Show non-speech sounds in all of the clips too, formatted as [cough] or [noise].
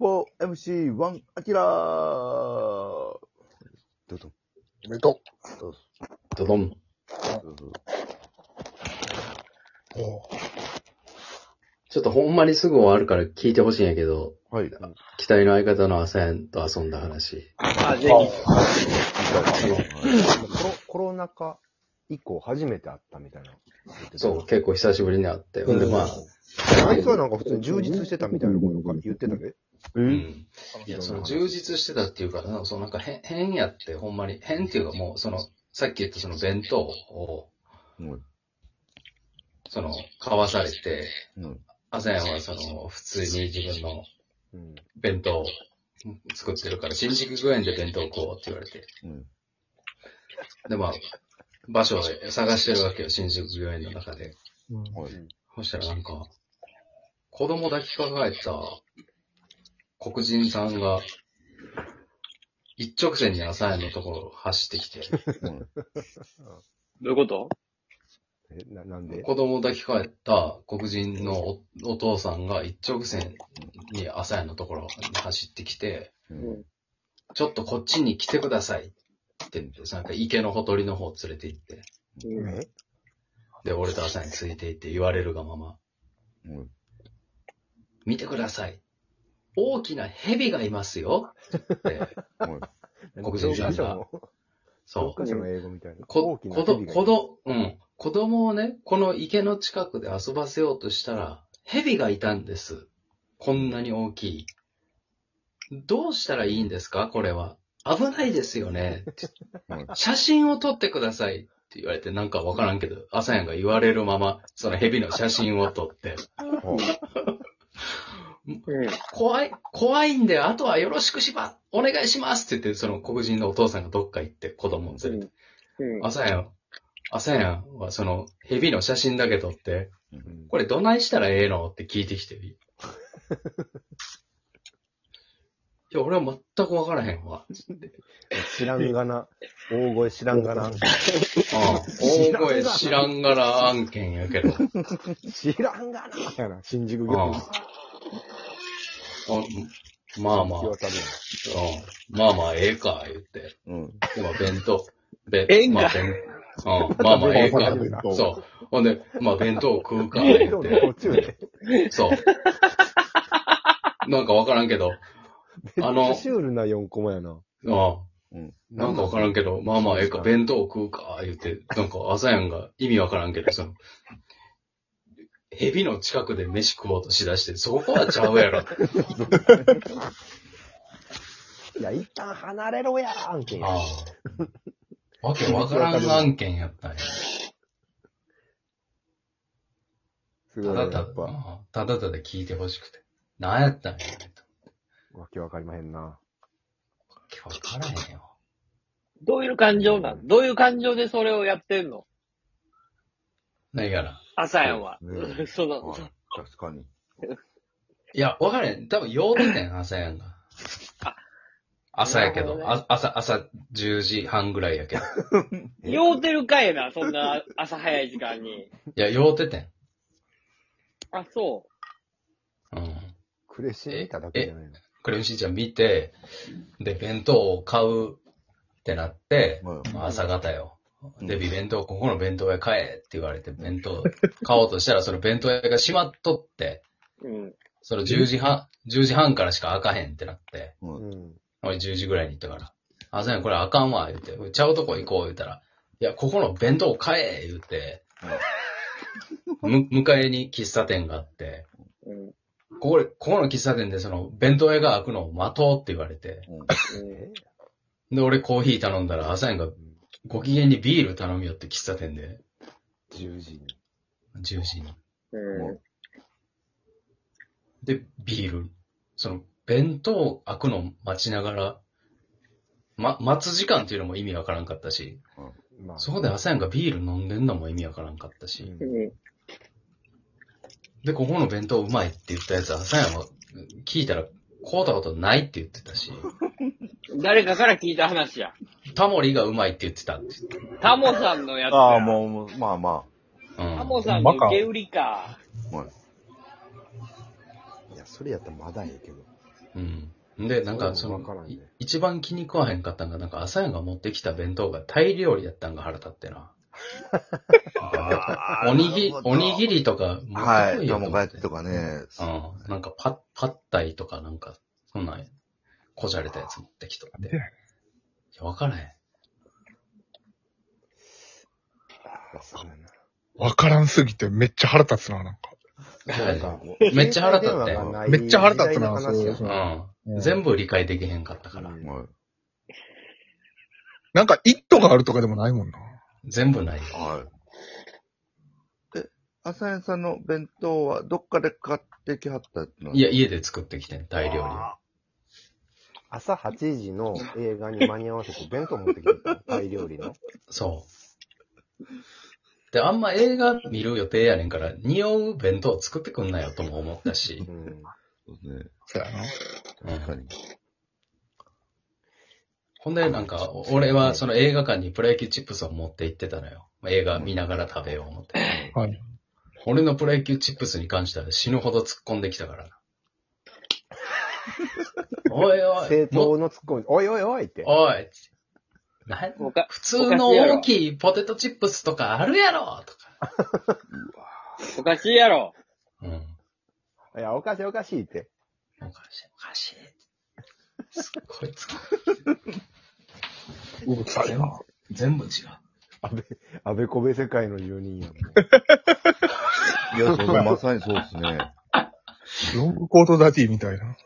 4MC1 アキラーどうぞ。おめでとどうぞ。ドドン。どうぞ。う。おちょっとほんまにすぐ終わるから聞いてほしいんやけど、はい。期待の相方のアサヤンと遊んだ話。あ、ぜあコロコロナ禍以降初めて会ったみたいな。そう、結構久しぶりに会って。ほんでまあ、あいつはなんか普通に充実してたみたいなことか言ってたで。えうん。いや、その充実してたっていうか、そのなんか変、変やってほんまに、変っていうかもう、その、さっき言ったその弁当を、うんその、買わされて、うんアサヤンはその、普通に自分のうん。弁当を作ってるから、新宿御苑で弁当食おうって言われて。うんで、まあ、場所を探してるわけよ、新宿御苑の中で。はいそしたらなんか、子供抱きかかえた黒人さんが、一直線に朝のところを走って [laughs] きて、どういうことえ、な、なんで子供抱きかえた黒人のおお父さんが一直線に朝のところに走ってきて、うんちょっとこっちに来てくださいって言って、なんか池のほとりの方連れて行って、えで、俺と朝についていって言われるがまま、うん見てください。大きな蛇がいますよって黒人さんが教科書の、そ教う。科書の英語みたいな。こ、大きなこど、蛇がいるこど、うん。子供をね、この池の近くで遊ばせようとしたら、蛇がいたんです。こんなに大きい。どうしたらいいんですかこれは。危ないですよね。うん写真を撮ってくださいって言われて、なんかわからんけど、朝やんが言われるまま、その蛇の写真を撮って、うん。怖い、怖いんで、あとはよろしくしば、お願いしますって言って、その黒人のお父さんがどっか行って子供を連れてうん。朝やん、朝やんはその、蛇の写真だけ撮って、うんこれどないしたらええのって聞いてき [laughs] て。いや、俺は全くわからへんわ。うん。知らんがな。大声知らんが [laughs] な。大声知らんがら案件やけ [laughs] ど。あ知らんがなやな。新宿御苑にまあまあ、う行んき渡るやまあまあ、ええか、言って。うん。でも弁当。べええんかまあ弁うん、まあ [laughs] まあ、ええか。当そう。ほんで、まあ弁当食うか、言っん。でもこてっ。ちよね。そう。なんかわからんけど、あめっちのゃシュールな4コマやな。ああうんなんかわからんけど、まあまあええか、弁当食うか、言って、なんか朝やんが意味わからんけど、その、蛇の近くで飯食おうとしだして、そこはちゃうや [laughs] ろ。いや、一旦離れろやーんけんや。ああ。わけわからん案件やったんや。すごたいね、だたやだ、っぱ。ああただただ聞いてほしくて。なんやったんや。わけわかりまへんな。わけわからへんよ。どういう感情なんどういう感情でそれをやってんの何やら。朝やんはそうです。ね [laughs] その、はい確かに。いや、わからへん。多分、曜日ねん、朝やん [laughs] が。朝やけど、なるほどあ朝、朝10時半ぐらいやけど。酔うてるかいな、そんな朝早い時間に。いや、酔うててん。あ、そうん。クレシー見ただけじゃないの。クレヨンしんちゃん見て、で、弁当を買うってなって、まあまあ朝方よ。うんデビ弁当、ここの弁当屋買えって言われて、弁当買おうとしたら、その弁当屋が閉まっとって、う。うん。その10時半、10時半からしか開かへんってなって、う。うんん。俺10時ぐらいに行ったから。あ、そうやん、これあかんわ、言って。ちゃうとこ行こう、言ったら。いや、ここの弁当買え、言って。む、向かいに喫茶店があって、うん。うん。ここで、ここの喫茶店でその、弁当屋が開くのを待とうって言われて。えで、俺コーヒー頼んだら、朝やんがご機嫌にビール頼みよって喫茶店で、 ?10 時に。 10時に。うで、ビール。その、弁当開くのを待ちながら、ま、待つ時間っていうのも意味わからんかったし、まあ。そこで朝やんがビール飲んでんのも意味わからんかったし、うんん。うん。で、ここの弁当うまいって言ったやつ、朝やんは聞いたら、こうたことないって言ってた [laughs] し、誰かから聞いた話や。タモリがうまいって言ってたって言ってタモさんのやつや。ああ、もうもう、まあまた。うん。タモさんの受け売りか。あ。はいいや、それやったらまだええけど。うん。で、なんか、そわからの、んねい一番気に食わへんかったんが、なんか、朝やんが持ってきた弁当がタイ料理やったんが腹立って [laughs] な。おにぎ、おにぎりとか持っはてこい。いよも思っ帰てっとかね。うん。なんか、パッ、パッタイとかなんか、そんなん、こじゃれたやつ持ってきとって。いや、わからへん。そうやなわからんすぎてめっちゃ腹立つな、なんか。なんかめっちゃ腹立って携帯電話がないめっちゃ腹立つな、時代のそう話いやうの。う。うんん全部理解できへんかったからう。んはい。なんか、イットがあるとかでもないもんな。全部ない。はい。え、朝やさんの弁当はどっかで買ってきはったのいや、家で作ってきてん、タイ料理を。朝8時の映画に間に合わせて弁当持ってきてた。タイ料理の。そう。で、あんま映画見る予定やねんから、匂う弁当作ってくんなよとも思ったしう。ん。そうですね。そうやな。確かに。ほんで、なんか、俺はその映画館にプロ野球チップスを持って行ってたのよ。まあ映画見ながら食べよう思って。はい。俺のプロ野球チップスに関しては死ぬほど突っ込んできたからな。おいおい正、当のツッコミ。おいおいおいって。おい、なんおか普通の大きいポテトチップスとかあるやろとか。おかしいやろ。うん。いや、おかしいおかしいって。おかしい、おかしい。すっごいつか、うるさいな。全部違う。あべこべ世界の住人やもん。いや、そうそうまさにそうですね。 [laughs] ロングコートダディみたいな。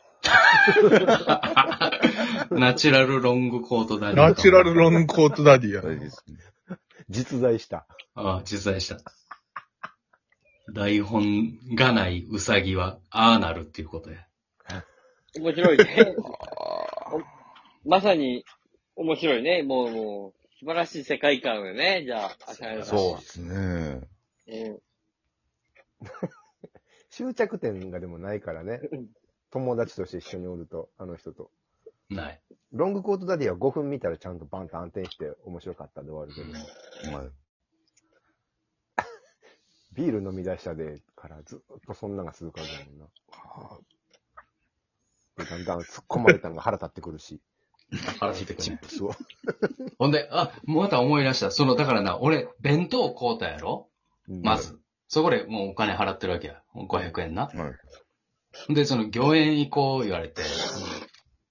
ナチュラルロングコートダディナチュラルロングコートダディやな。大事ですね。実在した。ああ、実在した。台本がないウサギは、ああなるっていうことや。面白いね。まさに、面白いね。もう、もう、素晴らしい世界観だね。じゃあ、朝やそうですね。うん。執着点がでもないからねうん。友達として一緒におると、あの人と。ない。ロングコートダディは5分見たらちゃんとバンと暗転して面白かったで終わるけど、 [laughs] はい。ビール飲み出したでからずっとそんなんが続くわけやもんな。でだんだん突っ込まれたのが腹立ってくるし。腹切ってくチるッ。プスを。ほんで、あ、また思い出した。その、だからな、俺、弁当買うたやろまず。そこでもうお金払ってるわけや。500円な。はい。で、その、漁園行こう言われて。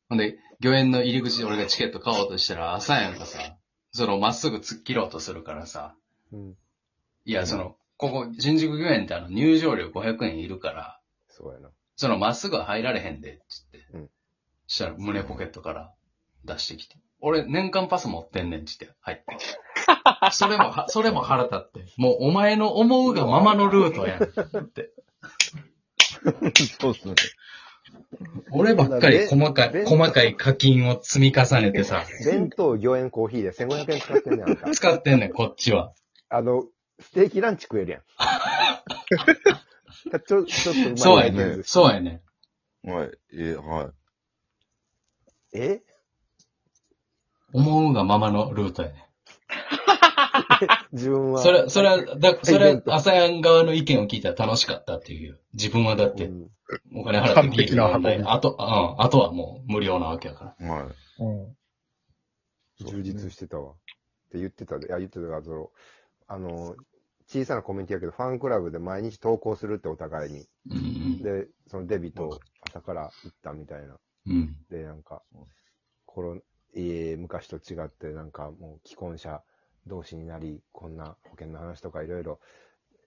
ほんで、漁園の入り口で俺がチケット買おうとしたら、朝やんかさ、その、まっすぐ突っ切ろうとするからさ、うん。いや、その、ここ、新宿御苑ってあの、入場料500円いるから、そうやな。その、まっすぐは入られへんで、って言って。うんしたら、胸ポケットから出してきて。俺、年間パス持ってんねん、って言って、入ってき [laughs] て。それもは、それも腹立って。もう、お前の思うがままのルート [laughs] やん。って。そうですね。俺ばっかり細かい、細かい課金を積み重ねてさ、弁当、魚園、コーヒーで1500円使ってんねん、あんた。使ってんねん、こっちは。あの、ステーキランチ食える [laughs] やん。ちょ、ちょっとうまいそうやねやん。つそうやねん。はい。えー、はい。え思うがままのルートやねん。自分は。それ、それは、だ、それは、朝やん側の意見を聞いたら楽しかったっていう。自分はだってう、んお金払って完璧な箱あと、うん、あとはもう無料なわけやから。はい。うん。充実してたわ。って言ってたで、いや、言ってたから、その、あの、小さなコミュニティやけど、ファンクラブで毎日投稿するってお互いに。うんで、そのデビと朝から行ったみたいな。うん。うん。で、なんか、コロえー昔と違って、なんかもう既婚者同士になり、こんな保険の話とかいろいろ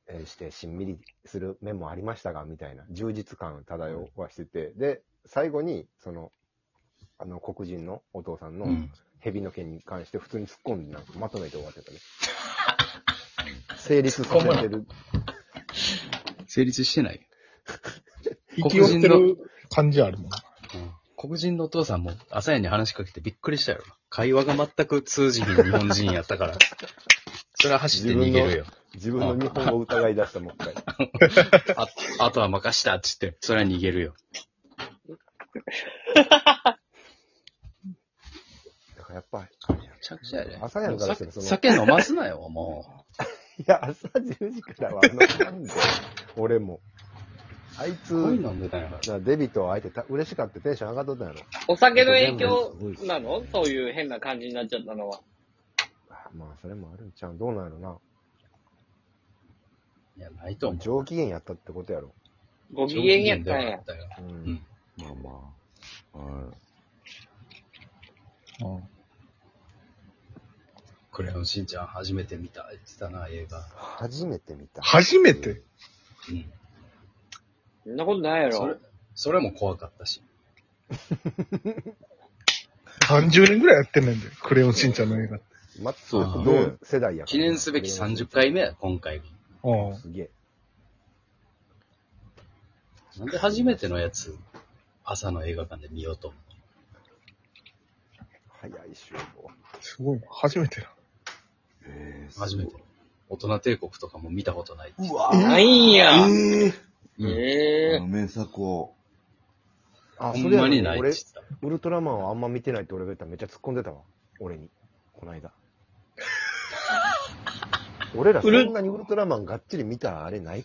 えーして、しんみりする面もありましたが、みたいな、充実感漂わしてて、で、最後に、その、あの、黒人のお父さんのうん。蛇の件に関して普通に突っ込んで、なんかまとめて終わっ [laughs] てたね。成立させてる。成立してない。生き寄ってる感じあるもん。黒人のお父さんも朝やんに話しかけてびっくりしたよ。会話が全く通じひん日本人やったから。それは走って逃げるよ。自分の日本語を疑い出した、もう一回。ああとは任したっつって、それは逃げるよ。だからやっぱ、めちゃくちゃやで。朝やんからしたらその酒飲ますなよ、もう。いや、朝10時からはあの、なんで、俺も。あいつ、すごい飲んでたよ。なデビと会えてた嬉しかってテンション上がっとったんやろ。お酒の影響なのそういう変な感じになっちゃったのは。まあ、それもあるんちゃうどうなんやろないや、ないと。思う。上機嫌やったってことやろ。ご機嫌やったんや上機嫌ではあ。たよ。ううんん。まあまあ。はうんクレヨンしんちゃん初めて見た。言ってたな、映画。初めて見た。初めてうん。そんなことないやそれろ。、それも怖かったし。 30年ぐらいやってんねんで、クレヨンしんちゃんの映画。全そうですくね同世代やからな。記念すべき30回目や、今回が。うん。すげえ。なんで初めてのやつ、朝の映画館で見ようと思う。早い集合。すごいな。初めてだ。い。えー初めて。大人帝国とかも見たことないって言っうてわないんや。ええええー。名作を。あ、ほそんれまやのににないって俺言っ、てた。ウルトラマンはあんま見てないって俺が言ったらめっちゃ突っ込んでたわ。俺に。この間。俺らそんなにウルトラマンがっちり見たあれない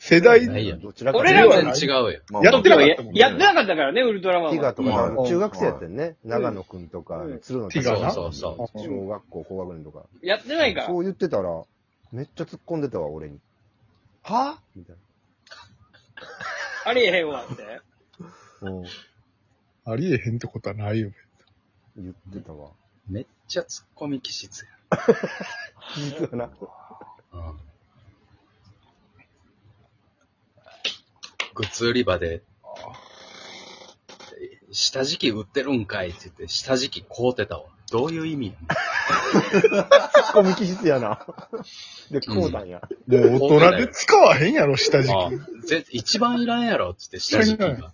世代、ないやんどちらか俺らは全然違うよ。まやってなかったもんねやってなかったからね、ウルトラマンティガは。とか、うん中学生やってんね。長野くんとかうん、鶴野ティとガなか、そうそうそ小学校高学年とか。やってないから。そう言ってたら、めっちゃ突っ込んでたわ、俺に。はみたいありえへんわって。な。うんありえへんってことはないよ。言ってたわ。う。めっちゃ突っ込み気質や。実はな。うん。グッズ売り場で、下敷き売ってるんかいって言って、下敷き買うてたわ。どういう意味突っ込み気質やな。で、こうなんや。もう大人で使わへんやろ、下や敷んあき。ぜ一番いらんやろって言って、下敷きが。